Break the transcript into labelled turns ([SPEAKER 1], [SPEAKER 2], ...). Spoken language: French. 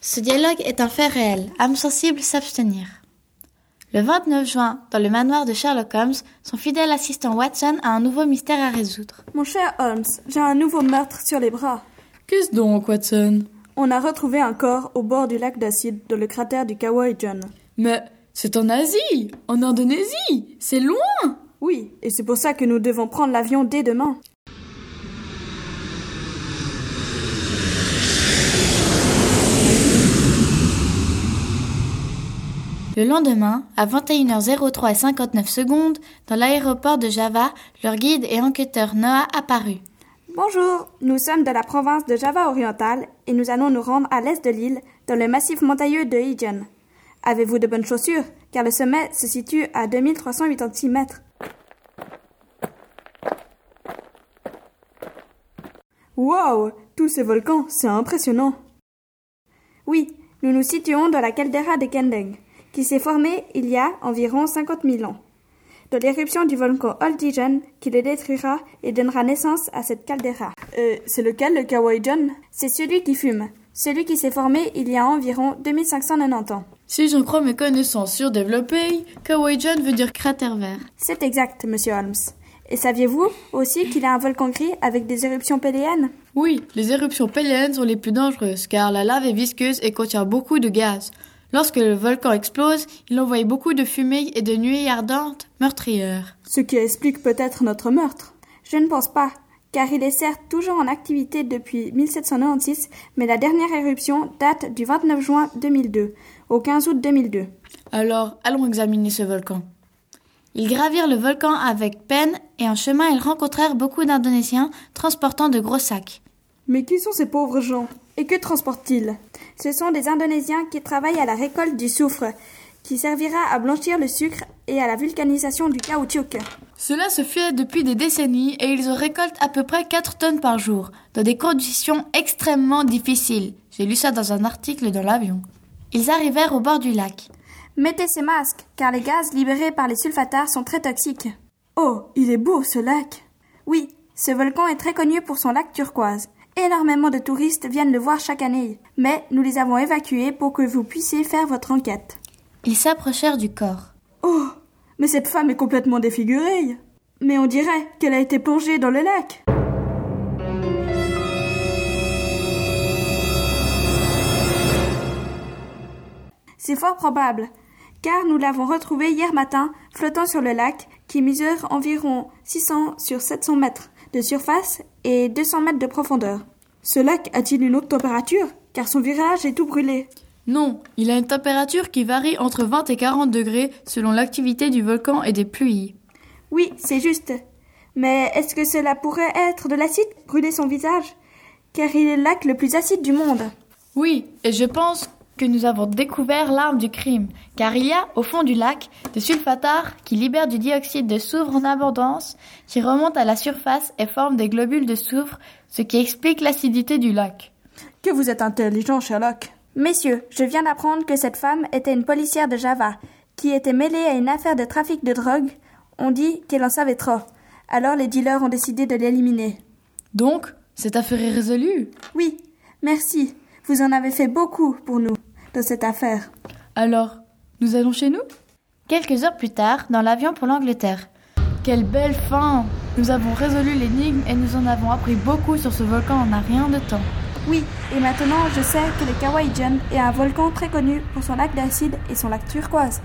[SPEAKER 1] Ce dialogue est un fait réel. Âme sensible s'abstenir. Le 29 juin, dans le manoir de Sherlock Holmes, son fidèle assistant Watson a un nouveau mystère à résoudre.
[SPEAKER 2] Mon cher Holmes, j'ai un nouveau meurtre sur les bras.
[SPEAKER 3] Qu'est-ce donc, Watson
[SPEAKER 2] On a retrouvé un corps au bord du lac d'acide dans le cratère du Kawai John.
[SPEAKER 3] Mais c'est en Asie, en Indonésie, c'est loin
[SPEAKER 2] Oui, et c'est pour ça que nous devons prendre l'avion dès demain.
[SPEAKER 1] Le lendemain, à 21h03 et 59 secondes, dans l'aéroport de Java, leur guide et enquêteur Noah apparut.
[SPEAKER 2] Bonjour, nous sommes de la province de Java orientale et nous allons nous rendre à l'est de l'île, dans le massif montagneux de Ijen. Avez-vous de bonnes chaussures Car le sommet se situe à 2386 mètres. Wow Tous ces volcans, c'est impressionnant Oui, nous nous situons dans la caldeira de Kendeng, qui s'est formée il y a environ 50 000 ans, de l'éruption du volcan Oldijan qui le détruira et donnera naissance à cette caldeira. Euh, c'est lequel le Kawaii John C'est celui qui fume, celui qui s'est formé il y a environ 2590 ans.
[SPEAKER 3] Si j'en crois mes connaissances surdéveloppées, Kawaii John veut dire cratère vert.
[SPEAKER 2] C'est exact, monsieur Holmes. Et saviez-vous aussi qu'il y a un volcan gris avec des éruptions péléennes
[SPEAKER 3] Oui, les éruptions péléennes sont les plus dangereuses car la lave est visqueuse et contient beaucoup de gaz. Lorsque le volcan explose, il envoie beaucoup de fumée et de nuées ardentes meurtrières.
[SPEAKER 2] Ce qui explique peut-être notre meurtre. Je ne pense pas, car il est certes toujours en activité depuis 1796, mais la dernière éruption date du 29 juin 2002 au 15 août 2002.
[SPEAKER 3] Alors, allons examiner ce volcan.
[SPEAKER 1] Ils gravirent le volcan avec peine et en chemin ils rencontrèrent beaucoup d'Indonésiens transportant de gros sacs.
[SPEAKER 2] Mais qui sont ces pauvres gens Et que transportent-ils Ce sont des Indonésiens qui travaillent à la récolte du soufre, qui servira à blanchir le sucre et à la vulcanisation du caoutchouc.
[SPEAKER 3] Cela se fait depuis des décennies et ils en récoltent à peu près 4 tonnes par jour, dans des conditions extrêmement difficiles. J'ai lu ça dans un article dans l'avion.
[SPEAKER 1] Ils arrivèrent au bord du lac.
[SPEAKER 2] Mettez ces masques, car les gaz libérés par les sulfatars sont très toxiques. Oh, il est beau ce lac Oui, ce volcan est très connu pour son lac turquoise. Énormément de touristes viennent le voir chaque année, mais nous les avons évacués pour que vous puissiez faire votre enquête.
[SPEAKER 1] Ils s'approchèrent du corps.
[SPEAKER 2] Oh, mais cette femme est complètement défigurée. Mais on dirait qu'elle a été plongée dans le lac. C'est fort probable, car nous l'avons retrouvée hier matin flottant sur le lac qui mesure environ 600 sur 700 mètres de surface et 200 mètres de profondeur. Ce lac a-t-il une haute température Car son virage est tout brûlé.
[SPEAKER 3] Non, il a une température qui varie entre 20 et 40 degrés selon l'activité du volcan et des pluies.
[SPEAKER 2] Oui, c'est juste. Mais est-ce que cela pourrait être de l'acide brûler son visage Car il est le lac le plus acide du monde.
[SPEAKER 3] Oui, et je pense que nous avons découvert l'arme du crime, car il y a, au fond du lac, des sulfatars qui libèrent du dioxyde de soufre en abondance, qui remontent à la surface et forment des globules de soufre, ce qui explique l'acidité du lac.
[SPEAKER 2] Que vous êtes intelligent, Sherlock. Messieurs, je viens d'apprendre que cette femme était une policière de Java, qui était mêlée à une affaire de trafic de drogue. On dit qu'elle en savait trop. Alors les dealers ont décidé de l'éliminer.
[SPEAKER 3] Donc, cette affaire est résolue.
[SPEAKER 2] Oui, merci. Vous en avez fait beaucoup pour nous dans cette affaire.
[SPEAKER 3] Alors, nous allons chez nous
[SPEAKER 1] Quelques heures plus tard, dans l'avion pour l'Angleterre.
[SPEAKER 3] Quelle belle fin Nous avons résolu l'énigme et nous en avons appris beaucoup sur ce volcan en un rien de temps.
[SPEAKER 2] Oui, et maintenant je sais que le Kawaii John est un volcan très connu pour son lac d'acide et son lac turquoise.